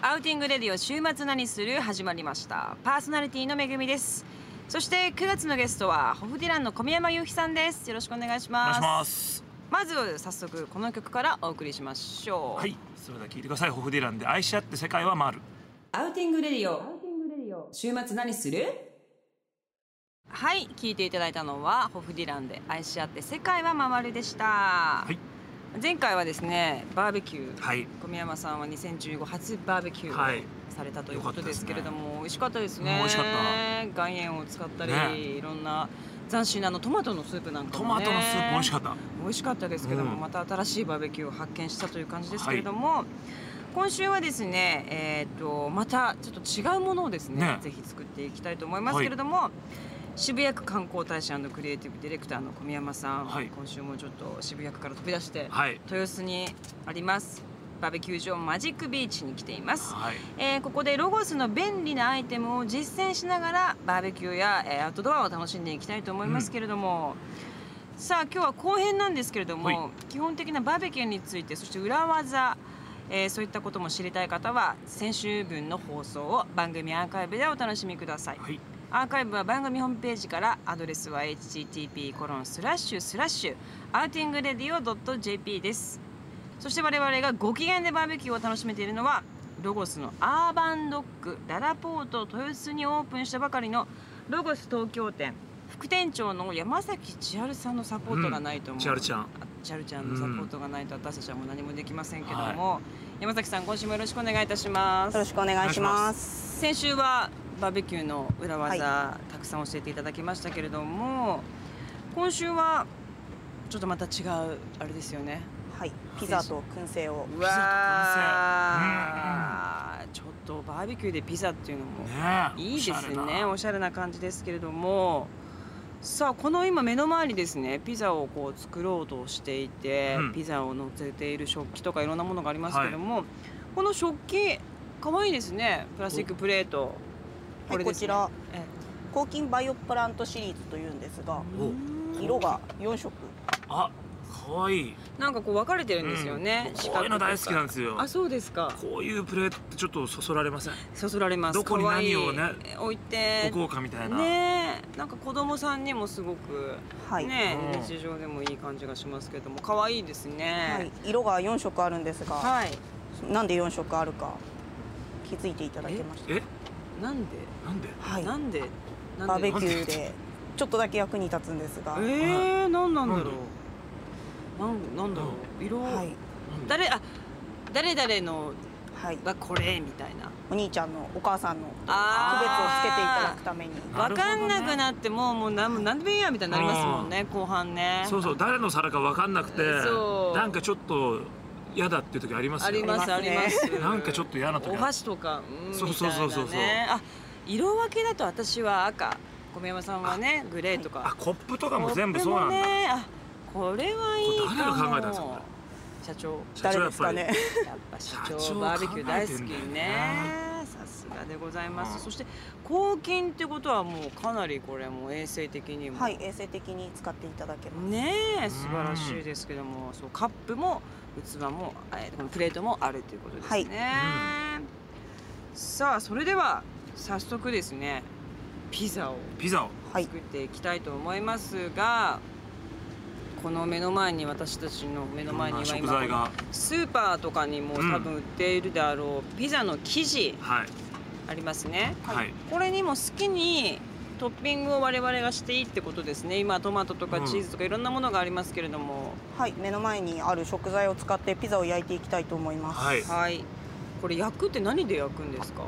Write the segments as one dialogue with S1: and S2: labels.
S1: アウティングレディオ週末何する始まりましたパーソナリティのめぐみですそして9月のゲストはホフディランの小宮山雄飛さんですよろしくお願いし
S2: お願
S1: ま
S2: い
S1: す
S2: します。
S1: まず早速この曲からお送りしましょう
S2: はい、それでは聞いてください。ホフディランで愛し合って世界は回る。
S1: アウティングレディオ週末何するはい聞いていただいたのはホフディランで愛し合って世界は回るでした、
S2: はい
S1: 前回はですねバーベキュー、
S2: はい。
S1: 小宮山さんは2015初バーベキュ
S2: は
S1: ー
S2: い
S1: をされたという
S2: よか
S1: こ
S2: った
S1: と
S2: で
S1: ですす
S2: ね
S1: けれども、美味しかったですね
S2: うん美味しかっ
S1: 岩塩を使ったり、
S2: ね
S1: いろんな斬新なあのトマトのスープなんか
S2: ト
S1: も、
S2: マ
S1: ね、
S2: トのスープ美味しか
S1: っ
S2: った。
S1: た美味しかったですけども、
S2: うん
S1: また新しいバーベキューを発見したという感じですけれども、今週はですね、えー、とまたちょっと違うものをですね
S2: ね
S1: ぜひ作っていきたいと思いますけれども、渋谷区観光大使クリエイティブディレクターの小宮山さん、
S2: はい
S1: 今週もちょっと渋谷区から飛び出して、
S2: はい。
S1: 豊洲にありますバーベキュー場マジックビーチに来ています、
S2: はい。
S1: えーここでロゴスの便利なアイテムを実践しながらバーベキューや、えーアウトドアを楽しんでいきたいと思いますけれども、さあ今日は後編なんですけれども、
S2: はい
S1: 基本的なバーベキューについてそして裏技えーそういったことも知りたい方は先週分の放送を番組アーカイブでお楽しみください
S2: はい。
S1: アーカイブは番組ホームページからアドレスは http コロンスラッシュスラッシュアウティングレディオ .jp ですそして我々がご機嫌でバーベキューを楽しめているのはロゴスのアーバンドッグララポート豊洲にオープンしたばかりのロゴス東京店副店長の山崎千春さんのサポートがないともう、
S2: チャルちゃん。
S1: あ千春ちゃんのサポートがないと私たちはもう何もできませんけども、山崎さん今週もよろしくお願いいたします
S3: よろしくお願いします。
S1: 先週はバーベキューの裏技、たくさん教えていただきましたけれども今週はちょっとまた違うあれですよね
S3: はい、ピザと燻製を。
S1: う
S2: わ
S1: ちょっとバーベキューでピザっていうのも
S2: ねえ。
S1: いいです
S2: おしゃれな
S1: ねおしゃれな感じですけれどもさあこの今目の前にですねピザをこう作ろうとしていて、
S2: うん
S1: ピザを乗せている食器とかいろんなものがありますけども、この食器かわいいですねプラスチックプレート
S3: はい、こちら、
S1: ええ
S3: 抗菌バイオプラントシリーズというんですが、
S2: お
S3: 色が4色。
S2: あ、可愛いい。
S1: なんかこう分かれてるんですよね、
S2: うんこういうの大好きな
S1: で
S2: んですよ
S1: あ。そうですか
S2: こういうプレートってちょっとそそられません。
S1: そそられます
S2: どこに
S1: 可愛い
S2: 何をね
S1: 置いて
S2: 福岡みたいな。
S1: ねえなんか子供さんにもすごく、
S3: はい。
S1: ねえ
S2: うん
S1: 日常でもいい感じがしますけども可愛いです
S3: は
S1: ね
S3: い、色が4色あるんですが、
S1: はい、
S3: なんで4色あるか気づいていただけました。
S2: え、
S1: なんで、
S2: なんで？
S3: はい。
S1: なんでな
S3: バー
S1: んで
S3: ベキューでちょっとだけ役に立つんですが、
S1: ええなんなんだろうなんなんだろう色、
S3: はい、
S2: なんで
S1: 誰あ誰々の
S3: はい、
S1: がこれみたいな
S3: お兄ちゃんのお母さんの区別をつけていただくために、
S2: なる
S1: 分
S2: ほど
S1: か
S2: ね
S1: んなくなってももうなんなんでもいいやみたいになりますもんね後半ね
S2: そうそう誰の皿かわかんなくて、
S1: そう
S2: なんかちょっと嫌だっていう時ありますよ。
S1: ありますあ
S3: あ
S1: り
S3: り
S1: ま
S3: ますす。
S2: なんかちょっと嫌な時あ
S1: お
S2: る
S1: 箸とか、うん、
S2: そうそうそうそうそう
S1: みたいなねあ、色分けだと私は赤、小宮山さんはねグレーと
S2: あ
S1: か。、
S2: コップとかも全部そうなん
S1: こ
S2: だ。
S1: れもね、あ、これはいいかも。
S2: これ誰が考えたんですかこ
S1: 社長。
S2: 社長
S3: 誰
S2: や
S3: で
S2: っ
S3: す
S2: ぱ
S3: か
S2: り。
S3: ね。
S1: やっぱ社
S2: 社
S1: 長
S2: 長
S1: バーベキュー大好き
S2: 考えてんだよ
S1: ね
S2: ね。
S1: さすがでございます。
S2: うん
S1: そして抗菌ってことはもうかなりこれもう衛生的にも。
S3: はい、衛生的に使っていただけます。
S1: ねえ素晴らしいですけども、そうカップも器もえーこのプレートもあるということですね、さあそれでは早速ですねピザを
S2: ピザを。
S3: はい、
S1: 作っていきたいと思いますがこの目の前に私たちの目の前には
S2: 食
S1: 今
S2: 材が。
S1: スーパーとかにも
S2: うん
S1: 多分売っているであろうピザの生地
S2: はい。
S1: ありますね
S2: はい。
S1: これにも好きにトッピングを我々がしていいってことですね今トマトとか
S2: うん
S1: チーズとかいろんなものがありますけれども、
S3: はい、目の前にある食材を使ってピザを焼いていきたいと思います。
S2: はい
S1: はいこれ焼くって何で焼くんですか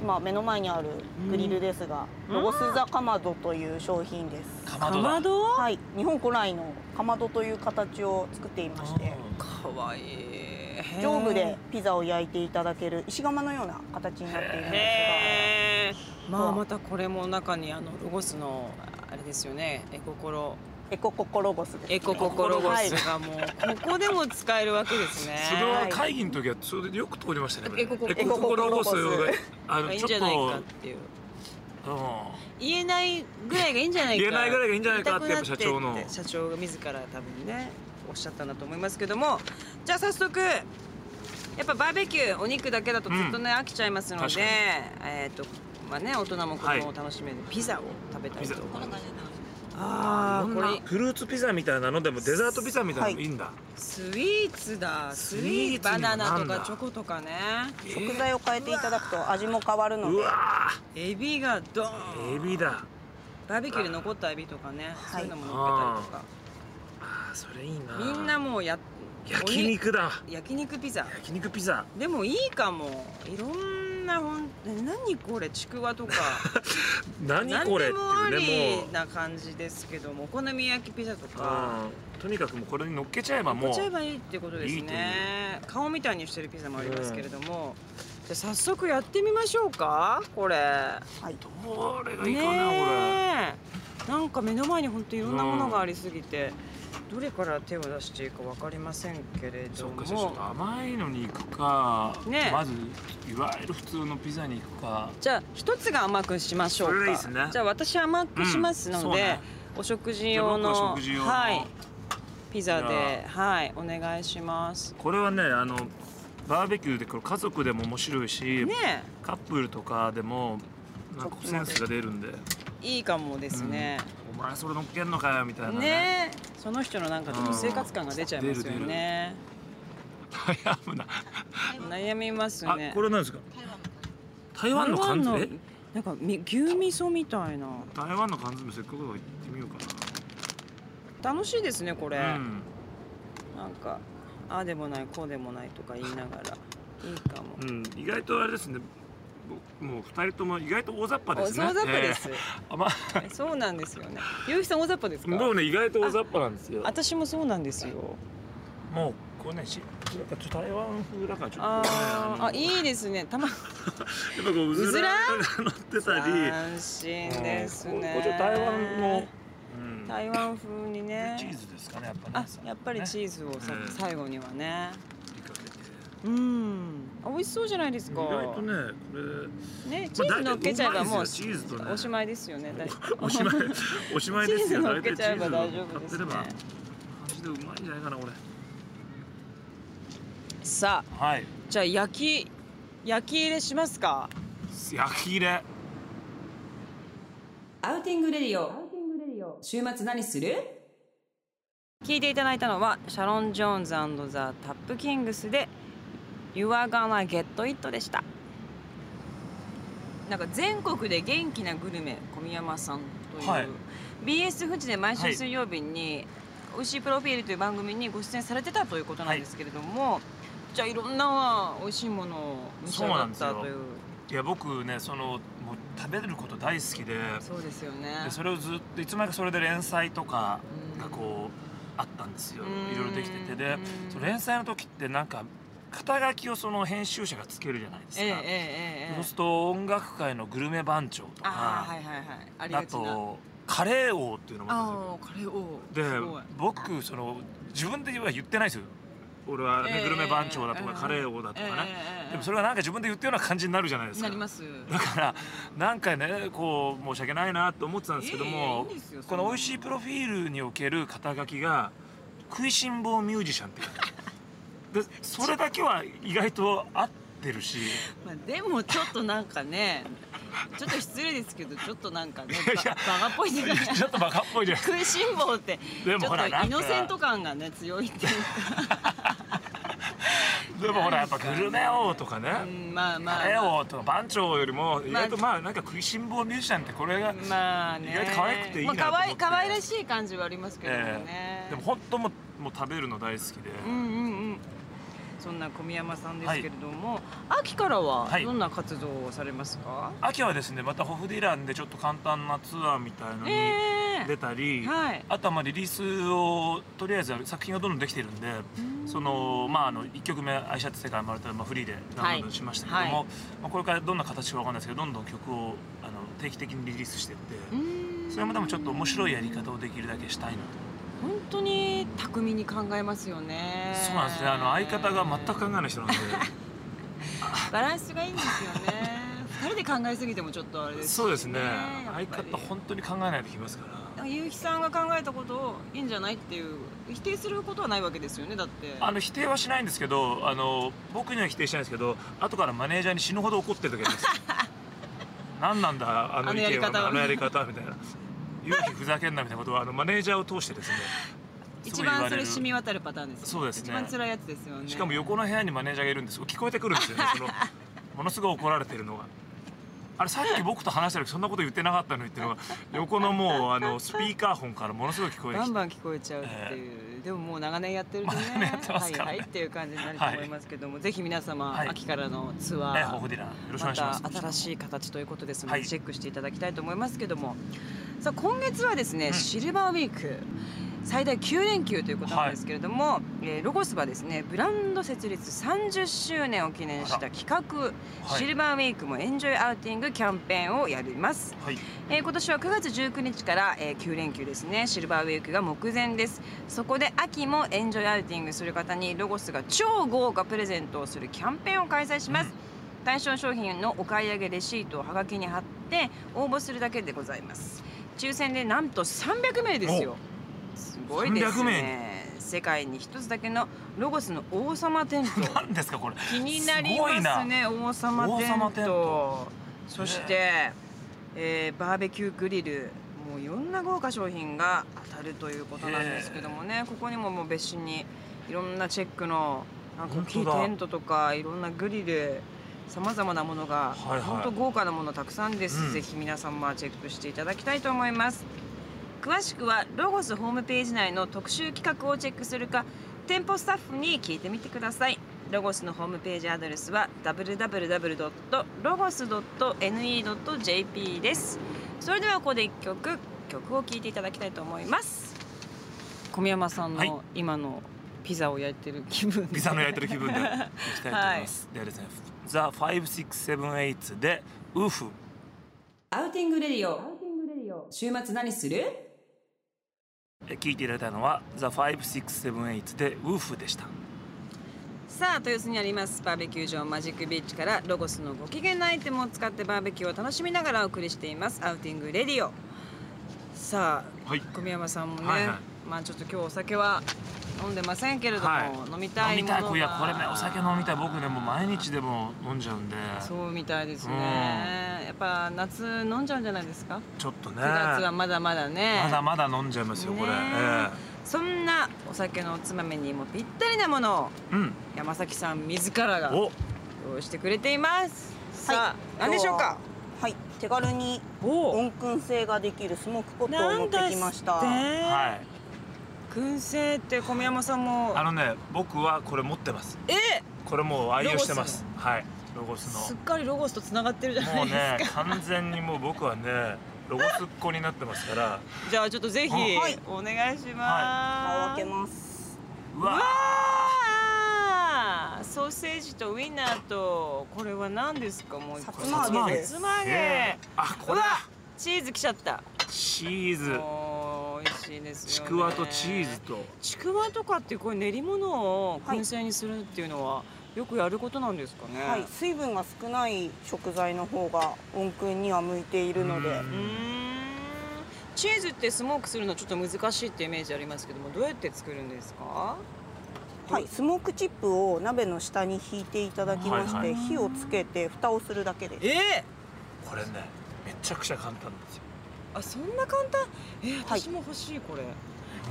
S3: 今目の前にあるグリルですが、
S1: うん
S3: ロゴスザカマドという商品です。
S2: か
S1: かま
S2: まど
S1: ど
S3: はい、日本古来のかまどという形を作っていまして、
S1: かわいいへー
S3: 上部でピザを焼いていただける石窯のような形になっているんで
S1: へーまあまたこれも中にあのロゴスのあれですよねエココロ
S3: すが、エコココロゴスです、ね。
S1: エコココロゴ
S3: はい
S1: スがもうここでも使えるわけですね
S2: それは会議の時はそれでよく通りましたね。これ
S1: エココ
S2: エココロゴス
S3: エココロゴス。
S2: あ
S1: まあ
S2: の
S1: いい
S2: ち
S1: んじ
S2: ょ
S1: ゃ
S2: っ
S1: ないか
S2: と
S1: っ。ていう
S2: うん
S1: 言えないぐらいがいいんじゃないか
S2: 言えないぐらいがいいんじゃないかって
S1: 言たく
S2: やっぱ社長の
S1: って社長が自ら多分ねおっしゃったんだと思いますけどもじゃあ早速やっぱバーベキューお肉だけだとずっとね、飽きちゃいますの
S2: 確
S1: で
S2: かに
S1: えっ、とまあね大人も子供も楽しめる、ピザを食べたりとか
S2: ピザ
S1: ああこれ
S2: フルーツピザみたいなのでもデザートピザみたいなのもいいんだ、
S1: スイーツだスイーツ
S2: スイーツ
S1: バ
S2: にもな
S1: ナ
S2: ん
S1: ナ
S2: だ
S1: とかチョコとかね
S2: えー
S3: 食材を変えていただくと味も変わるの
S2: う
S3: で
S2: わ
S1: エビがドーン
S2: ーエビだ
S1: バーベキューで残ったエビとかね、
S3: は
S1: そう
S3: い
S1: いうのも乗っけたり
S2: あーそれいいな
S1: とかみんなもうや
S2: 焼肉だ
S1: おに焼肉ピザ
S2: 焼肉ピザ
S1: でもいいかもいろんなほん何これちくわとか
S2: 何これって
S1: 何でも
S2: い
S1: あ
S2: うね
S1: りな感じですけどもお好み焼きピザと
S2: もう、
S1: か
S2: うん、とにかくもうこれに乗っけちゃえばも
S1: 買
S2: う
S1: っちゃえばいいってことです
S2: いいと
S1: ね顔みたいにしてるピザもありますけれども、じゃあ早速やってみましょうかこれ
S3: はい
S2: どれがいい
S1: ね
S2: かな、
S1: えなんか目の前に本当いろんなものがありすぎて、どれから手を出していいか分かりませんけれ
S2: これそ
S1: ど
S2: っ
S1: も
S2: かじゃあちょっと甘いのに行くか、
S1: ねえ
S2: まずいわゆる普通のピザに行くか
S1: じゃあ一つが甘くしましょうか
S2: それがいいですね
S1: じゃあ私甘くしますので、
S2: うんそうね
S1: お食事用の
S2: じゃあ僕は食事用の
S1: はい、ピザ
S2: じ
S1: で
S2: ゃ
S1: はいお願いします
S2: これはねあのバーベキューでこれ家族でも面白いし、
S1: ね
S2: カップルとかでもなんかセンスが出るんで
S1: えいいかもですね、
S2: お前それ乗っけんのかよみたいな
S1: ねえその人のなんかちょっと生活感が出ちゃいますよね、
S2: 悩むな
S1: 悩みます
S2: あ
S1: ね
S2: これなんですか台湾の缶
S1: 台
S2: 詰
S1: 湾のなんかみ牛味噌みたいな
S2: 台湾の缶詰せっかくだから行ってみようか
S1: 楽しいですねこれ、
S2: な、うん
S1: なんかああでもないこうでもないとか言いながらいいかも
S2: うん、意外とあれですねぼもう二人とも意外と大雑把ですね
S1: お大雑把です、
S2: えーあまあ
S1: え そうなんですよね。ゆうきさん大雑把ですか。
S2: どうね意外と大雑把なんですよ
S1: 私もそうなんですよ。
S2: もうこれねしなんかちょっと台湾風だからちょっとね
S1: あー
S2: の
S1: あ、いいですね。たま。
S2: やっぱこううずらが乗ってたり
S1: 安心です
S2: うんこ
S1: ね。
S2: れこれちょっと台湾の、うん
S1: 台湾風にね。
S2: チーズですかねやっぱね
S1: あ、やっぱりチ
S2: ー
S1: ーズをさ、
S2: うん
S1: 最後にはね。
S2: ズ、ね、かけて
S1: うん。あ美味しそうじゃないです
S2: 意
S1: か。
S2: 外とねこれ
S1: ね、チーズ乗っけちゃえばもう。
S2: チーズとね
S1: おしまいですよね。大
S2: お しまいおしまいです
S1: チーズ
S2: よ
S1: 乗っけちゃえば
S2: 大
S1: 大
S2: 体
S1: 丈夫ですね
S2: チーズ買ってれば感じでうまいんじゃないかなこれ
S1: さあ、
S2: はい
S1: じゃあ焼き焼き入れしますか。
S2: 焼き入れ
S1: アウティングレディオ。週末何する？聞いていただいたのはシャロン・ジョーンズザ・タップ・キングスで「You are gonna get it」でしたなんか全国で元気なグルメ小宮山さんという、
S2: はい
S1: BS 富士で毎
S2: は
S1: 週
S2: い
S1: 水曜日に「美味しいプロフィール」という番組にご出演されてたということなんですけれども、じゃあいろんな美味しいものを召し上がったという
S2: いや僕ねそのもう食べること大好きで
S1: そうですよね
S2: でそれをずっといつまでかそれで連載とか
S1: うん
S2: がこうあったんですよ
S1: うん
S2: いろいろできてて
S1: う
S2: で
S1: ん
S2: その連載の時ってなんか肩書きをその編集者がつけるじゃないです
S1: え
S2: か、
S1: えええええ
S2: そうすると音楽界のグルメ番長と
S1: あ
S2: か
S1: あはいはいはいあり
S2: あ
S1: がちな
S2: とカレー王っていうのもあったんですよ
S1: ああカレー王
S2: です
S1: ごい
S2: 僕その自分では言ってないですよ俺は、ね
S1: ええ
S2: グルメ番長だと
S1: え
S2: か、
S1: え
S2: カレー王だとかね、
S1: ええ
S2: でもそれがなんか自分で言ったような感じになるじゃないですか
S1: なります
S2: だからなんかねこう申し訳ないなと思ってたんですけども、
S1: いえいえいいんですよ
S2: この「美味しいプロフィール」における肩書きが「食いしん坊ミュージシャン」って書いてあるでそれだけは意外と合ってるし
S1: まあでもちょっとなんかねちょっと失礼ですけどちょっとなんかね
S2: いやいや
S1: ババカっぽいっていうか
S2: ちょっとバカっぽいじゃない
S1: 食いしん坊ってちょ
S2: で
S1: っ
S2: もほら
S1: とイノセ
S2: な
S1: ン
S2: んか
S1: ト感がね強いっていう
S2: でもほらやっぱグルメ王とかね、
S1: か、うん、まあまあ
S2: カレー王とか番長よりも意外とまあなんか食いしん坊ミュージシャンってこれが、
S1: まあね
S2: 意外と可愛くていいなと思って
S1: まあ、可愛い可愛らしい感じはありますけどもね
S2: え、えでも本当もうもう食べるの大好きで、
S1: うんうんうんそんな小宮山さんですけれども、秋からは
S2: はい
S1: どんな活動をされますか、
S2: 秋はですねまたホフディランでちょっと簡単なツアーみたいの
S1: え
S2: に
S1: え
S2: 出たり、
S1: はい
S2: あとはまあリリースをとりあえず作品がどんどんできてるんで、そのまああの1曲目「愛し合って世界生まれたら」まあフリーでダウンロードしましたけども、
S1: はい
S2: まあ、これからどんな形かわかんないですけどどんどん曲をあの定期的にリリースしてって、
S1: うーん
S2: それもでもちょっと面白いやり方をできるだけしたいなと、
S1: 本当に巧みに考えますよね
S2: そうな んですねあの相方が全く考えない人なんで。
S1: バランスがいいんですよね人で考えすぎてもちょっとあれですし
S2: そうですね
S1: やっぱり
S2: 相方本当に考えないときますから
S1: 結城さんが考えたことをいいんじゃないっていう否定することはないわけですよねだって
S2: あの否定はしないんですけどあの僕には否定しないんですけど後からマネージャーに死ぬほど怒ってる時あります 何なんだあの
S1: あの
S2: 意
S1: やり
S2: 見はあ
S1: 方
S2: の
S1: は
S2: やり方はみたいな勇気ふざけんなみたいなことはあのマネージャーを通してですね
S1: 一番それ
S2: す
S1: 染
S2: ごい
S1: み
S2: 言わ
S1: 渡るパターンですよ
S2: そうですね
S1: 一番辛いやつですよ
S2: れ
S1: ね
S2: るしかも横の部屋にマネージャーがいるんですよ聞こえてくるん ですよねそのものすごい怒られてるのがあれさっき僕と話した時そんなこと言ってなかったのにっていうのが横のもうあのスピーカーフォンからものすごい聞こえて
S1: バ
S2: き
S1: ン
S2: て
S1: バン聞こえちゃうっていう、でももう長年やってるとね
S2: 長年やってますからね
S1: はいはいっていう感じになると思いますけども、ぜひ皆様、
S2: はい
S1: 秋からのツア
S2: ええ
S1: ー
S2: ホホディランよろしくお願
S1: ま
S2: いしま
S1: た
S2: す
S1: 新しい形ということですので、
S2: はい
S1: チェックしていただきたいと思いますけどもさあ今月はですね、
S2: うん
S1: シルバーウィーク最大9連休ということなんですけれども、えーロゴスはですねブランド設立30周年を記念し
S2: あ
S1: た企画、
S2: はい
S1: シルバーウィークもエンジョイアウティングキャンペーンをやります。
S2: はい
S1: えー今年は9月19日から、えー9連休ですねシルバーウィークが目前ですそこで秋もエンジョイアウティングする方にロゴスが超豪華プレゼントをするキャンペーンを開催します、対象商品のお買い上げレシートをはがきに貼って応募するだけでございます抽選でなんと300名ですよすごいです
S2: 300
S1: ね世界に一つだけのロゴスの王様テント
S2: 何ですかこれ
S1: 気になりますね王様テント
S2: 王様テント
S1: そして、えーバーベキューグリルもういろんな豪華商品が当たるということなんですけどもねここにももう別紙にいろんなチェックのなんか大きい
S2: 本当だ
S1: テントとかいろんなグリルさまざまなものが、
S2: はいはい
S1: 本当豪華なものたくさんです、
S2: うん
S1: ぜひ皆さんもチェックしていただきたいと思います詳しくはロゴスホームページ内の特集企画をチェックするか店舗スタッフに聞いてみてくださいロゴスのホームページアドレスは www.logos.ne.jp ですそれではここで一曲曲を聴いていただきたいと思います小宮山さん
S2: はい
S1: の今のピザを焼いてる気分で
S2: ピザの焼いてる 気分でいきたいと思います、ではですね「ザ・5678」で「ウーフ
S1: アウティングレディオ週末何する」
S2: え聞いていただいたのは「ザ・5678」で「ウーフ」でした
S1: さあ豊洲にありますバーベキュー場マジックビーチからロゴスのご機嫌なアイテムを使ってバーベキューを楽しみながらお送りしていますアウティングレディオさあ
S2: はい
S1: 小宮山さんもね、
S2: はいはい
S1: まあちょっと今日お酒は飲んでませんけれども、
S2: はい
S1: 飲みたいものが
S2: いやこれねお酒飲みたい僕ねもう毎日でも飲んじゃうんで
S1: そうみたいですねやっぱ夏飲んじゃうんじゃないですか
S2: ちょっとね
S1: 9月はまだまだね
S2: まだまだ飲んじゃいますよこれ、
S1: ね
S2: え
S1: そんなお酒のおつまみにもぴったりなものを
S2: えうん
S1: 山崎さん自らが
S2: お
S1: 用意してくれています。さあ、何でしょうか。
S3: はい手軽に
S1: お
S3: 温燻製ができるスモークポットを持ってきました
S1: は
S2: はい
S1: い。燻製って小宮山さんも。
S2: あのね僕はこれ持ってます
S1: え、
S2: これもう愛用してます
S1: ロ
S2: はいロゴスの
S1: すっかりロゴスと繋がってるじゃな
S2: もう
S1: いですか。
S2: ね完全にもう僕はねロゴスっ子になってますから
S1: じゃあちょっとぜひ
S3: はい
S1: お願いしま
S3: あ
S1: す。
S3: 分けます
S2: うわ
S1: あーソーセージとウインナーとこれは何ですかもう一個
S3: さつま揚げです
S1: さつま揚げ
S2: えーあこ
S1: う
S2: れ
S1: わチーズ来ちゃった
S2: チーズ
S1: おー美味しいですよね
S2: ちくわとチーズと
S1: ちくわとかってこう練り物を燻製にするっていうのはよくやることなんですかね。
S3: は
S1: う
S3: い、水分が少ない食材の方が温燻には向いているので、
S2: うん
S1: ーんチーズってスモークするのちょっと難しいってイメージありますけどもどうやって作るんですか？
S3: はい、スモークチップを鍋の下に引いていただきまして、
S2: はいはい
S3: 火をつけて蓋をするだけです
S1: ええ
S2: これねめちゃくちゃ簡単ですよ
S1: あそんな簡単？えー、
S3: はい
S1: 私も欲しいこれ。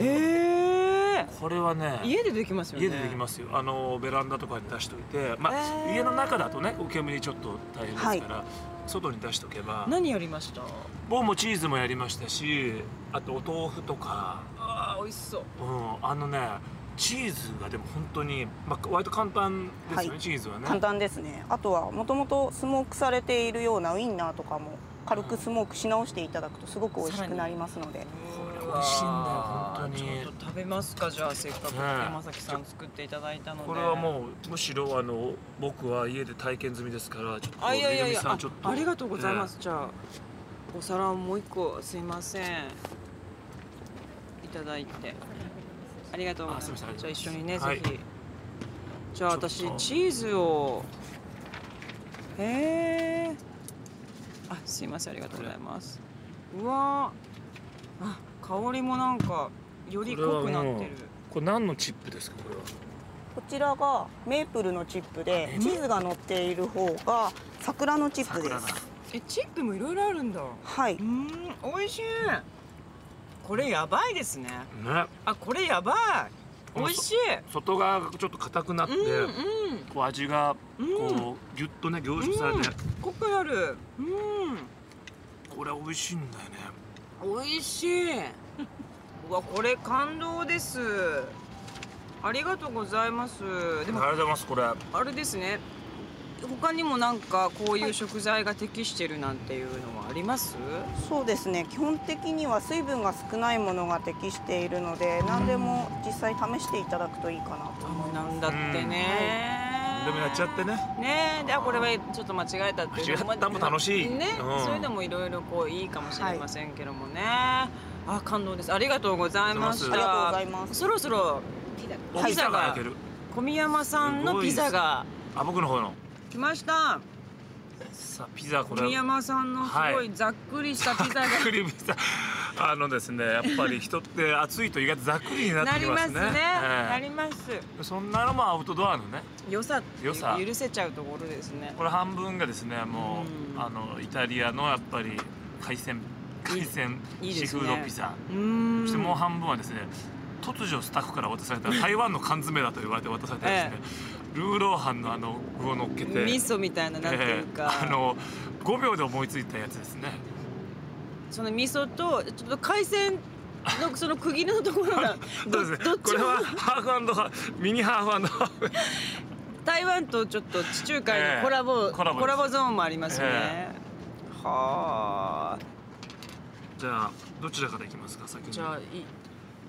S1: ええ
S2: これはね
S1: 家でできますよね。
S2: 家でできますよあのベランダとかに出しといてまあ、
S1: えー
S2: 家の中だとねお煙ちょっと大変ですから、外に出しとけば
S1: 何やりました？
S2: 僕もチーズもやりましたしあとお豆腐とか
S1: ああ美味しそう。
S2: うん、あのねチーズがでも本当にまあ割と簡単ですよね、
S3: はい
S2: チーズはね
S3: 簡単ですねあとはもともとスモークされているようなウインナーとかも軽くスモークし直していただくとすごく美味しくなりますので
S2: これ美味しいんだよ本当に
S1: ちょっと食べますかじゃあせっかく
S2: ね
S1: 山崎さん作っていただいたので。
S2: これはもうむしろあの僕は家で体験済みですからちょっと
S1: あいやいやい
S2: めぐみ
S1: や
S2: さん
S1: あ
S2: ちょっと
S1: ありがとうございます、、じゃあお皿をもう一個すいませんいただいてありがとうございます
S2: あすいません
S1: じゃあ一緒にね、
S2: はい
S1: ぜひじゃあ
S2: ちょっと
S1: 私チーズをへえあすいませんありがとうございますうわーあ香りもなんかより濃くなってる
S2: これ何のチップですかこれは
S3: こちらがメープルのチップでチーズが乗っている方が桜のチップで
S2: 桜だ
S3: す
S1: えチップもいろいろあるんだ
S3: はいう
S1: ーん美味しいこれやばいですね
S2: ね
S1: あこれやばい美味しい
S2: 外側がちょっと硬くなって、
S1: うんうん
S2: こう味が
S1: う
S2: こうギュッとね凝縮されて、
S1: 濃くなるうん
S2: これ美味しいんだよね
S1: 美味しいうわこれ感動ですありがとうございますでも
S2: ありがとうございますこれ
S1: あれですね他にもなんかこういう食材が適してるなんていうのはあります、
S3: そうですね基本的には水分が少ないものが適しているので何でも実際試していただくといいかなと思い
S1: な
S3: ま
S1: んだってね、
S2: でもやっちゃってね
S1: ねえであこれはちょっと間違えたっていうの
S2: 間違ったも楽しい
S1: ね、
S2: うん
S1: そういうのもいろいろこういいかもしれませんけどもね、あ感動ですありがとうございました
S2: あり
S3: がとうございます
S1: そろそろ
S2: おピザが焼ける、
S1: 小宮山さんのピザが
S2: あ僕の方の
S1: 来ました
S2: さあピザこ
S1: 小
S2: れ
S1: 宮山さんのすご
S2: はいい
S1: ざっくりした ピザが、
S2: ざっくりピザあのですねやっぱり人って暑いと意外とざっくりになって
S1: な
S2: き
S1: り
S2: ま
S1: ますす
S2: ね
S1: ね、な
S2: え
S1: ります
S2: えそんなのもアウトドアのね
S1: 良さって
S2: 良さ
S1: 許せちゃうところですね
S2: これ半分がですねもう、
S1: うん
S2: あのイタリアのやっぱり海鮮海鮮
S1: いい
S2: シ
S1: で
S2: ー
S1: す
S2: フ
S1: ね
S2: ードピザ、
S1: うーん
S2: そしてもう半分はですね突如スタッフから渡された台湾の缶詰だと言われて渡されたですね、ルーローハンのあの具を乗っけて
S1: 味噌みたいななんていうか、
S2: ええあの5秒で思いついたやつですね
S1: その味噌とちょっと海鮮のその釘のところ が
S2: そう
S1: ど
S2: ですね
S1: どっ
S2: こ
S1: ち
S2: れ
S1: も
S2: はハーフハーフミニハーフハーフ
S1: 台湾とちょっと地中海のコラボ、
S2: ええコラボです
S1: ゾーンもありますよね、
S2: え
S1: はあ
S2: じゃあどちらからいきますか先に
S1: じゃあい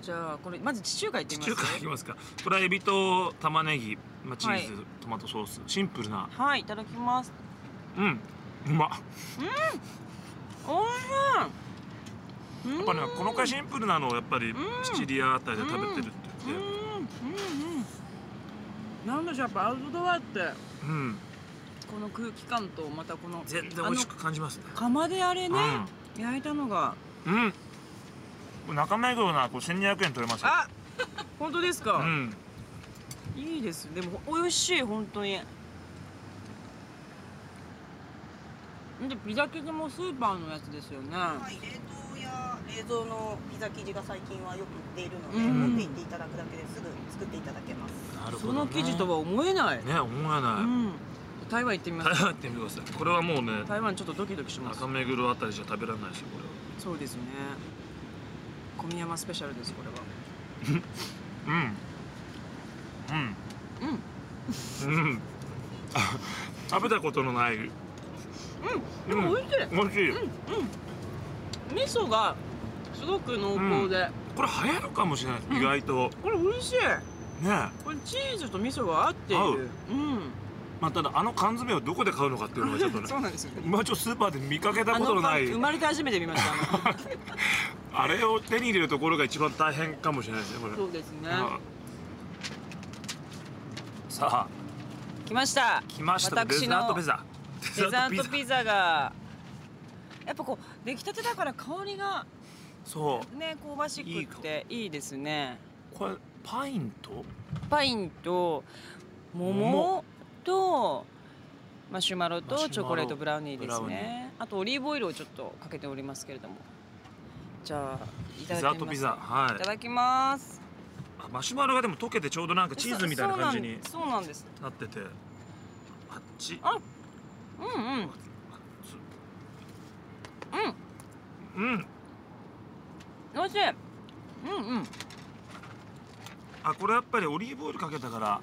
S1: じゃあこれまず地中海行って
S2: 地
S1: みます
S2: 中海いきますかこれはエビと玉ねぎ、まあ、チーズ、
S1: はい
S2: トマトソースシンプルな
S1: はいいただきます
S2: うんうまっ
S1: おいしい
S2: やっぱねこの回シンプルなのをやっぱりシチリアあたりで食べてるって
S1: うん
S2: 言
S1: う
S2: っ
S1: ん
S2: て
S1: うんなんでしょうやっぱアウトドアって
S2: うん、
S1: この空気感とまたこの
S2: 全然美味しく感じますね
S1: あの釜であれね、焼いたのが
S2: うん、うん、これ中目黒なこう1200円取れますよ
S1: あ本当ですか、
S2: うん
S1: いいですでも美味しい本当にでピザ生地もスーパーのやつですよね、
S3: す、はい、冷凍や冷蔵のピザ生地が最近はよく売っているので、
S1: うん
S3: 持って行っていただくだけですぐ作っていただけます
S2: なるほ
S1: そ
S2: ど、ね、
S1: の生地とは思えない、
S2: ね思え
S1: う
S2: ない、
S1: ん台湾行ってみます
S2: 台湾行ってみてくださいこれはもうね
S1: 台湾ちょっとドキドキします
S2: 中目黒あたりじゃ食べられないですよこ
S1: そうですね小宮山スペシャルですこれ
S2: れはう
S1: は
S2: んうんうん食べたことのないうん
S1: うんでも美味しい、
S2: 美味しい、
S1: 味噌がすごく濃厚で、
S2: これ流行るかもしれない、意外と
S1: これ美味しい
S2: ね
S1: これチーズと味噌が合っている
S2: 合う
S1: うん
S2: まあ、ただあの缶詰をどこで買うのかっていうのがちょっとね
S1: そうなんですよね
S2: 今ちょっとスーパーで見かけた
S1: あ
S2: こと
S1: の
S2: の
S1: パ
S2: な
S1: ン
S2: い
S1: 生まれて初めて見ましたあの
S2: あれを手に入れるところが一番大変かもしれないですねこれ
S1: そうですね。
S2: うんさあ
S1: 来ました。
S2: 来ましたデ
S1: 私
S2: ザート
S1: の
S2: ピザ
S1: デザートピザが。やっぱこう出来たてだから香りが
S2: そ
S1: ね香ばしくっていいですね。
S2: うこれパインと
S1: パインと桃
S2: 桃
S1: とマシュマロ
S2: マシュマ
S1: と
S2: ロ
S1: チョコレートブラウニーです
S2: ブラウニ
S1: ね。あとオリーブオイルをちょっとかけておりますけれども。じゃあい
S2: デ
S1: た
S2: ザ
S1: だい
S2: ー
S1: て
S2: ト
S1: みま
S2: ピ
S1: す。
S2: ザはい
S1: いただきます。
S2: あマシュマロがでも溶けてちょうどなんかチーズみたいな感じに
S1: そうそうなんです。
S2: なっててあっち
S1: あうんうん。うん。
S2: うん
S1: 美味しい。うんうん。
S2: あこれやっぱりオリーブオイルかけたから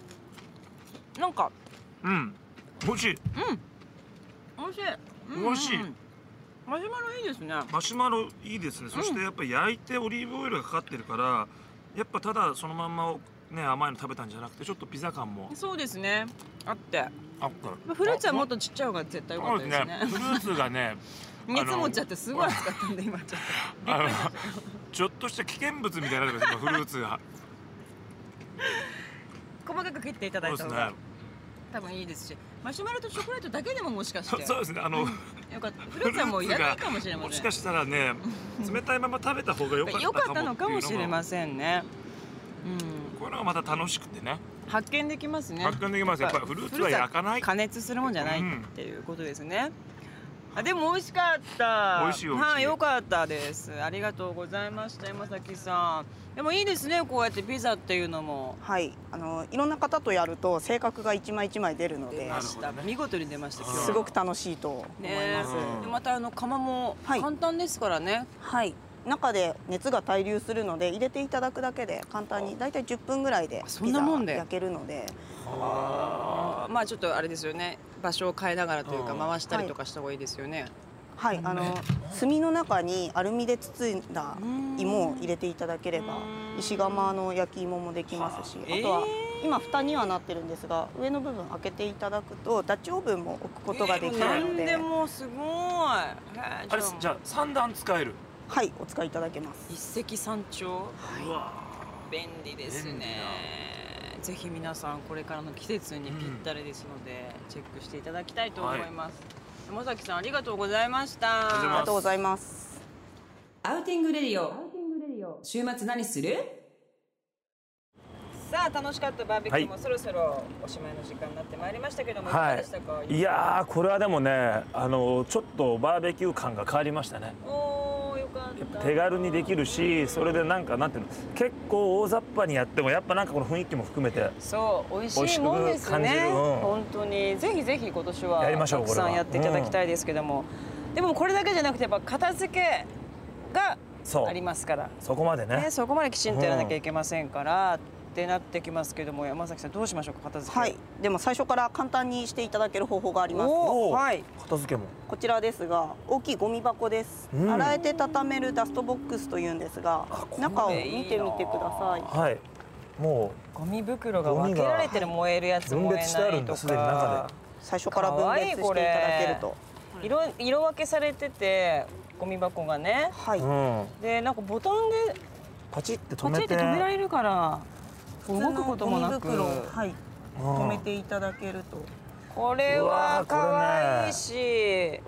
S1: なんか
S2: うん美味しい
S1: 美味しい。
S2: 美味しい
S1: うんうんうんマシュマロいいですね。
S2: マシュマロいいですねそしてやっぱり焼いてオリーブオイルがかかってるからやっぱただそのまんまね甘いの食べたんじゃなくてちょっとピザ感も
S1: そうですね。あって。
S2: あった
S1: フルーツはもっとちっちゃい方が絶対良か
S2: そう
S1: っ
S2: で
S1: たです
S2: すね
S1: ね。
S2: フルーツ がね
S1: 見積もっちゃってすごい熱かったんで今ちょっ
S2: あのちょっとした危険物みたいなのが今フルーツが
S1: と細かく切っていた
S2: そ
S1: だ
S2: う
S1: いた
S2: です
S1: 方
S2: ね
S1: が多分いいですしマシュマロとチョコレートだけでももしかし
S2: そ
S1: て
S2: そうですねあの、
S1: よかったフルーツはもういらないかもしれま
S2: も
S1: せ
S2: し
S1: ん
S2: かしたらね冷たいまま食べた方が良かった
S1: よかったのかもしれま
S2: せん
S1: せんね、
S2: こういうのがまた楽しくてね
S1: うん、発見できますね
S2: 発見できますやっぱりフルーツは焼かない
S1: 加熱するもんじゃないっていうことですね、あでも美味しかった
S2: 美味しい美味しい
S1: はい良かったですありがとうございました山崎さんでもいいですねこうやってピザっていうのも
S3: はいあのいろんな方とやると性格が一枚一枚出るの
S1: 出
S3: で
S1: ま
S2: るほ
S1: した、
S2: どね
S1: 見事に出ました今日は
S3: すごく楽しいと思い
S1: ね
S3: ます、
S2: うん
S1: でまたあの釜も
S3: はい
S1: 簡単ですからね、
S3: はい中で熱が滞留するので入れていただくだけで簡単に大体10分ぐらいで
S1: あそん
S3: ピ
S1: な
S3: ザ
S1: もんで
S3: 焼けるので
S1: あまあちょっとあれですよね場所を変えながらというか
S2: うん
S1: 回したりとかした方がいいですよね、
S3: はいあの炭の中にアルミで包んだ
S1: うん
S3: 芋を入れていただければ
S1: うん
S3: 石窯の焼き芋もできますし
S1: はあ
S3: あとは
S1: え
S3: 今蓋にはなってるんですが上の部分開けていただくとダッチオーブンも置くことができる
S1: えーな
S3: の
S1: ん
S3: で
S1: でもすごいへー
S2: あれ
S1: じゃあ
S2: じゃあ三段使える
S3: はいお使いいただけます
S1: 一石三鳥
S2: うわ
S1: 便利です
S2: 便利
S1: ねぜひ皆さんこれからの季節にぴったりですので、チェックしていただきたいと思います、山崎さんありがとうございました
S2: ありがとうござい
S3: あり
S2: ま
S3: が
S2: す
S3: とうございます
S1: アウティングレディオ週末何するさあ楽しかったバーベキューも、
S4: は
S1: そろそろおしまいの時間になってまいりましたけども、
S4: はい
S1: いかがでしたか
S4: いやーこれはでもねあのちょっとバーベキュー感が変わりましたね
S1: おーよかった
S4: 手軽にできるしそれでなんかなんていうの結構大雑把にやってもやっぱなんかこの雰囲気も含めて
S1: そう美味
S4: 美
S1: し
S4: 味
S1: い
S4: しく
S1: もんです
S4: 感じ
S1: ね
S4: る、うん
S1: 本当にぜひぜひ今年は
S4: やりましょう
S1: たくさ
S4: こ
S1: ん
S4: れは
S1: やっていただきたいですけども、でもこれだけじゃなくてやっぱ片付けが
S4: そ
S1: あり
S4: う
S1: ますから、
S4: そこまでね
S1: ね、そこまできちんとやらなきゃいけませんから、ってなってきますけども山崎さんどうしましょうか片付け
S3: はいでも最初から簡単にしていただける方法があります
S1: おお
S4: おー
S1: はい
S4: 片付けも
S3: こちらですが大きいゴミ箱です、
S4: うん
S3: 洗えて畳めるダストボックスというんですが
S4: あこれ
S3: 中を見てみてください
S4: はいも
S1: ゴミ袋が
S4: ゴミ
S1: 分
S4: が
S1: けられてる燃えるやつ
S4: 分
S1: 燃え
S4: 別してあ
S1: な
S4: る
S1: い
S4: ん
S1: と
S4: だすでに中、
S1: か
S3: 最初から分別していただけると
S1: 色色分けされててゴミ箱がね
S3: はいう
S4: ん、
S1: でなんかボタンで
S4: パチって止
S1: パチ
S4: め
S1: って
S4: て
S1: 止められるから動くこともな
S3: 普通
S1: く
S3: のゴミ袋をはい
S4: うん
S3: 止めていただけると
S1: これ
S4: う
S1: は
S4: わー
S1: 可愛い
S4: こ
S1: し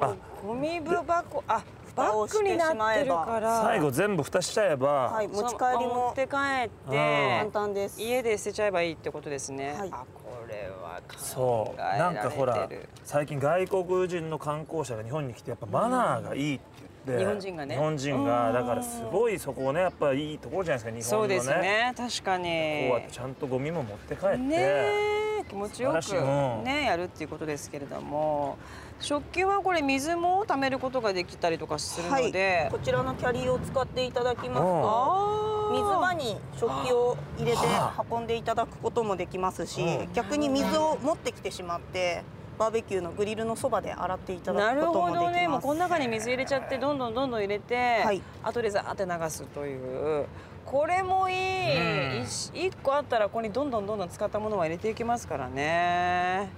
S1: もうゴミ箱あバッグになってるから
S4: 最後全部蓋しちゃえば、
S3: はい
S1: そ
S3: 持
S1: の
S3: ち帰
S1: 持
S3: り
S1: っ
S3: も
S1: て帰
S4: あ
S1: っ
S3: 簡
S1: て
S3: 単です
S1: 家で捨てちゃえばいいってことですね、
S3: はい
S1: あこれは考
S4: そう
S1: えられてる
S4: なんかほら最近外国人の観光者が日本に来てやっぱマナーがいいって言って、
S1: 日本人がね
S4: 日本人が
S1: うん
S4: だからすごいそこをねやっぱりいいところじゃないですか日
S1: そう
S4: 本の
S1: で
S4: ね
S1: すね確かに
S4: こうやってちゃんとゴミも持って帰って、
S1: ねえ気持ちよ
S4: 素
S1: く
S4: 晴らしいうん
S1: ねやるっていうことですけれども食器はこれ水も貯めることができたりとかする
S3: は
S1: の
S3: い
S1: で、
S3: こちらのキャリーを使っていただきます
S4: うん
S3: と
S1: あ
S3: 水場に食器を入れて
S4: はあ
S3: 運んでいただくこともできますし
S4: うん
S3: 逆に水を持ってきてしまってバーベキューのグリルのそばで洗っていた
S1: な
S3: だ
S1: る
S3: くこと
S1: ほ
S3: もでき
S1: ど
S3: ます
S1: ねもうこの中に水入れちゃってどんどんどんどん入れて、
S3: はい
S1: 後でザーって流すというこれもいい、
S4: うん
S1: 一1個あったらここにどんどんどんどん使ったものは入れていきますからね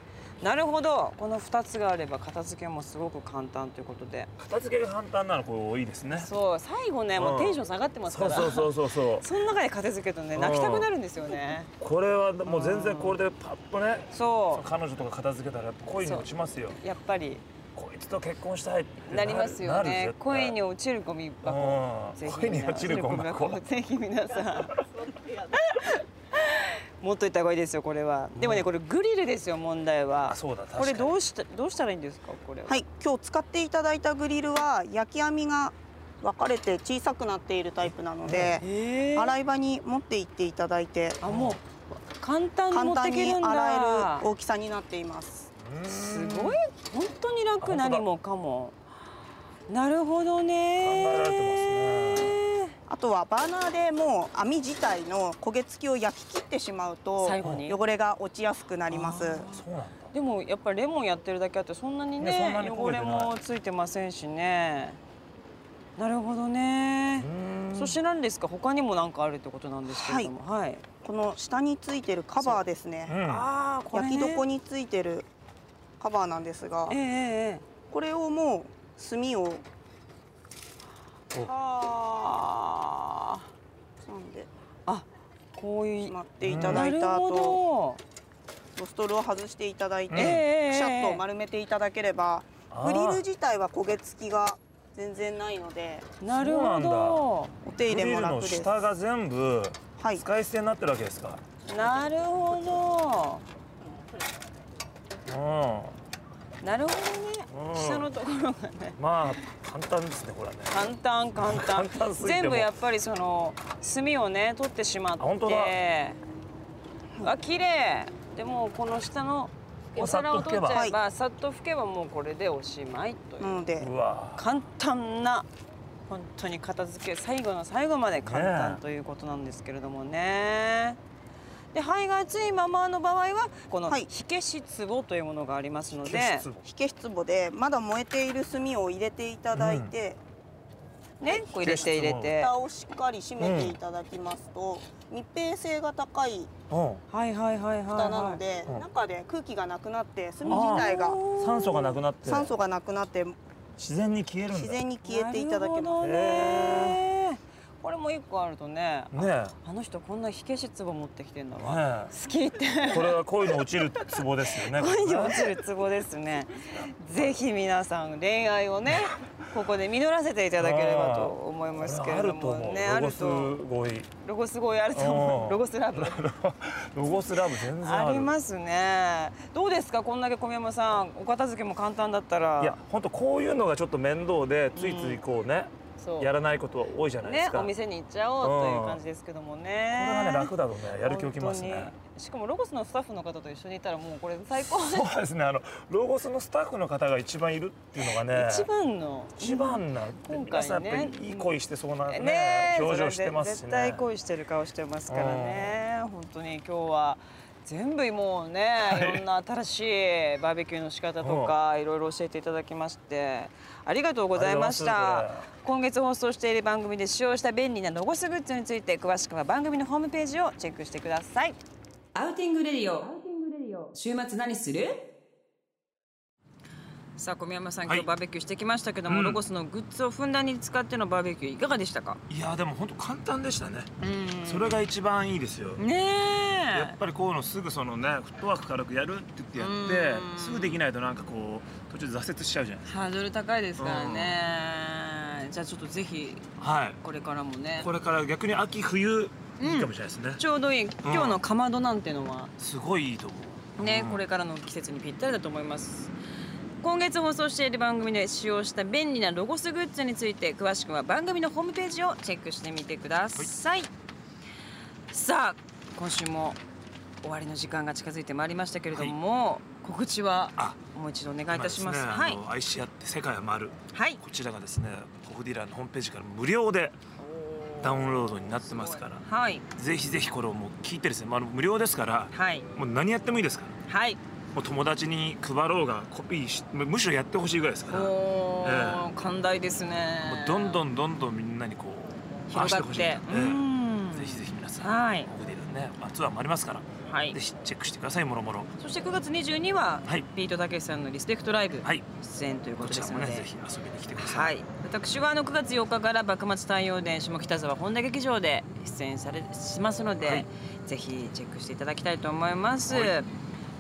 S1: なるほどこの2つがあれば片付けもすごく簡単ということで
S4: 片付けが簡単なのこういいですね
S1: そう最後ね、もうテンション下がってます
S4: そ
S1: か
S4: う
S1: ら
S4: そうそうそうそう
S1: その中で片付けるとね
S4: うん
S1: 泣きたくなるんですよね。
S4: これはもう全然これでパッとね
S1: そ
S4: 彼女とか片付けたらやっぱ恋に落ちますよ
S1: うやっぱり
S4: こいつと結婚したいって
S1: なりますよね。恋に
S4: 落
S1: 落ちるゴミ箱
S4: うん
S1: ぜひ
S4: 恋に落ちるゴミ箱
S1: ぜひ皆さん持っといた方がいいですよこれは。でもねこれグリルですよ問題は
S4: あ。そうだ確か
S1: こ
S4: に
S1: れどうしたどうしたらいいんですかこれは。
S3: はい今日使っていただいたグリルは焼き網が分かれて小さくなっているタイプなので
S1: ええ
S3: 洗い場に持って行っていただいて
S1: あもう簡単に持
S3: 簡
S1: って
S3: 単
S1: け
S3: に
S1: るん
S3: 洗
S1: だ
S3: え。る大きさになっています
S4: うん
S1: すごい本当に楽
S4: あ本当だ
S1: 何もかも。なるほどね。
S4: 考えられて
S1: ますね。
S3: あとはバーナーでもう網自体の焦げ付きを焼き切ってしまうと
S1: 最後に
S3: 汚れが落ちやすくなります
S4: そうなんだ
S1: でもやっぱりレモンやってるだけあってそんなにね
S4: ねそんなに焦げ
S1: 汚れ
S4: てない
S1: もついてませんしねなるほどね
S4: う、ん
S1: そして何ですか他にも何かあるってことなんですけれどもはい、
S3: この下についてるカバーですね
S4: うん
S1: ああこれ、ね、
S3: 焼き床についてるカバーなんですが
S1: えええええ
S3: これをもう炭を
S1: えは
S3: 挟んで
S1: ああこうい
S3: し
S1: う
S3: まっていただい
S1: な
S3: た
S1: る
S3: 後
S1: ほど
S3: ロストルを外していただい
S2: う
S3: て、
S2: ん
S3: く
S1: ええ
S3: しゃっと丸めていただければ、
S4: あー
S3: グリル自体は焦げ付きが全然ないので
S1: なるほど
S3: お手入
S4: グ
S3: れ
S4: リ
S3: も
S4: ル
S3: 楽
S4: の
S3: です。
S4: 下が全部
S3: はい、
S4: 使い捨てになってるわけですか。
S1: なるほ
S4: う
S1: どなるほど
S4: う
S1: ね
S4: ん
S1: 下のところがね
S4: ん。まあ簡単ですねこれはね。
S1: 簡単簡単
S4: 簡単すぎても
S1: 全部やっぱりその炭をね取ってしまっ
S4: あ本当だ
S1: てあ綺麗でもこの下のお皿を取っちゃえばさっと拭けばもうこれでおしまいという、
S3: なので
S4: うわ。
S1: 簡単な本当に片付け最後の最後まで簡単
S4: ねえ
S1: ということなんですけれどもね。で灰が厚いままの場合はこの
S3: はい
S1: 火消し壺というものがありますので、
S4: 消し壺
S3: 火消し壺でまだ燃えている炭を入れていただいて、
S1: ねこう入れて入れて
S3: 蓋をしっかり閉めていただきますと、密閉性が高い
S4: うん。
S1: はいはいはいはい、はい、
S3: 蓋なので、
S4: うん
S3: 中で空気がなくなって炭自体が
S4: 酸素がなくなって
S3: 酸素がなくなって
S4: 自然に消えるんだ。
S3: 自然に消えていただけ
S1: なるほど
S3: ます。
S1: ねこれも一個あるとね
S4: ねえ。ね
S1: あの人こんな火消し壺持ってきてんだわ
S4: え。
S1: 好きって
S4: これは恋の落ちるツボですよね。
S1: 恋に落ちる壺ですねぜひ皆さん恋愛をねここで実らせていただければと思いますけれ
S4: あ
S1: ど
S4: ると
S1: も
S4: 思う。
S1: ねあ
S4: ロゴ
S1: る
S4: ス
S1: と
S4: 合意。
S1: ロゴス語やると思
S4: う
S1: うんロゴスラブ
S4: ロゴスラブ全然ある。
S1: ありますねどうですかこんだけ小宮山さんお片付けも簡単だったら
S4: いや本当こういうのがちょっと面倒でついついこうね、
S1: そう
S4: やらないことは多いじゃないで
S1: ね
S4: すか。
S1: お店に行っちゃおうという感じですけどもね
S4: これがね楽だとねやる気起きます
S1: 本
S4: ね。
S1: 当にしかもロゴスのスタッフの方と一緒にいたらもうこれ最高
S4: そうですねあのロゴスのスタッフの方が一番いるっていうのがね。
S1: 一番の
S4: 一番な、
S1: 今回ね
S4: 皆さんやっぱりいい恋してそうなね
S1: ねえ
S4: 表情してますし
S1: そ
S4: ね
S1: れは絶対恋してる顔してますからね本当に今日は全部もうね、い、ろんな新しいバーベキューの仕方とかいろいろ教えていただきましてありがとうございまし
S4: ありがとうござい
S1: た
S4: ます
S1: 今月放送している番組で使用した便利なロゴスグッズについて詳しくは番組のホームページをチェックしてくださいアウティングレディオ週末何するさあ小宮山さん、
S2: はい
S1: 今日バーベキューしてきましたけども、
S2: うん
S1: ロゴスのグッズをふんだんに使ってのバーベキューいかがでしたか
S2: いやでも本当簡単でしたね、
S1: うん
S2: それが一番いいですよ、
S1: ね
S2: やっぱりこういうのすぐそのねフットワーク軽くやるって言ってやって、
S1: うん
S2: すぐできないとなんかこう途中で挫折しちゃうじゃない
S1: えハードル高いですからねじゃあちょっとぜひ
S2: はい
S1: これからもね
S2: これから逆に秋冬いいかもしれないですね、
S1: ちょうどいい今日のかまどなんてのは
S2: すごいいいと思う
S1: ね、
S2: うん
S1: これからの季節にぴったりだと思います今月放送している番組で使用した便利なロゴスグッズについて詳しくは番組のホームページをチェックしてみてください、さあ今週も終わりの時間が近づいてまいりましたけれども、告知は
S2: あ
S1: もう一度お願いいたします
S2: 今ですね
S1: はい
S2: あの愛し合って世界は回る
S1: はい
S2: こちらがですねコフディラーのホームページから無料でダウンロードになってますから
S1: はい
S2: ぜひぜひこれをもう聞いてですね、まあ、無料ですから
S1: はい
S2: もう何やってもいいですから
S1: はい
S2: もう友達に配ろうがコピーしむむしろやってほしいぐらいですから
S1: お
S2: も
S1: おー、寛大です
S2: う
S1: ね
S2: どんど
S1: ん
S2: んどんどんみんなにこう回
S1: 広
S2: して
S1: がっ
S2: ほし
S1: て
S2: い、え
S1: う
S2: え
S1: ん
S2: ぜひぜひ皆さん、
S1: はい
S2: コフディラーね、まあ、ツアーもありますから、
S1: はい
S2: ぜひチェックしてくださいもろもろ
S1: そして9月22日は、
S2: はい
S1: ビートたけしさんのリスペクトライブ
S2: はい
S1: 出演というこ
S2: ことち
S1: で
S2: ら
S1: す
S2: も
S1: の
S2: ね
S1: で、
S2: ぜひ遊びに来てくださ、
S1: はいい、私はあの9月8日から幕末太陽伝下北沢本田劇場で出演されしますので、
S2: はい
S1: ぜひチェックしていただきたいと思います、
S2: は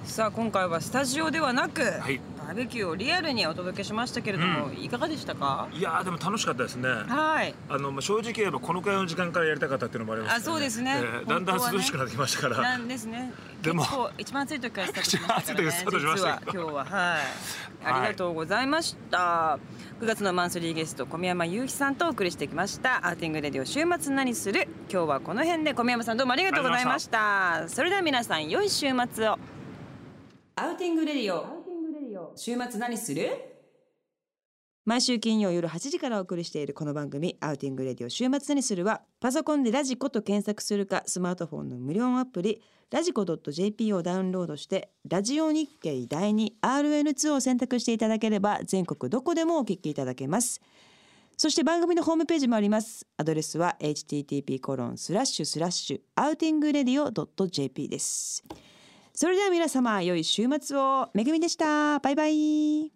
S1: さあ今回はスタジオではなく、
S2: はい
S1: バーベキューをリアルにお届けしましたけれども、
S2: う
S1: いかがでしたか
S2: いやーでも楽しかったですね
S1: はい
S2: あのまあ正直言えばこのくらいの時間からやりたかったっていうのもありますけど
S1: あそうですね
S2: えーだんだ
S1: 本当は
S2: ん
S1: ね
S2: 涼しくなってきましたから、
S1: なんですね。
S2: でも
S1: 結構一番暑い時からスタートしましたからね。
S2: 一番暑い時からスタートしましたけど
S1: 実は今日ははい。ありがとうございました。9月のマンスリーゲスト小宮山雄飛さんとお送りしてきましたアーティングレディオ週末何する今日はこの辺で小宮山さんどうもありがとうございましたそれでは皆さん良い週末をアウティングレディオ週末何する毎週金曜夜8時からお送りしているこの番組「アウティングレディオ週末何するは」パソコンで「ラジコ」と検索するかスマートフォンの無料アプリ「ラジコ .jp」をダウンロードして「ラジオ日経第 2RN2」を選択していただければ全国どこでもお聞きいただけます。そして番組のホームページもあります。アドレスは http コロンスラッシュスラッシュアウティングレディオ .jp です。それでは皆様良い週末をめぐみでした。バイバイ。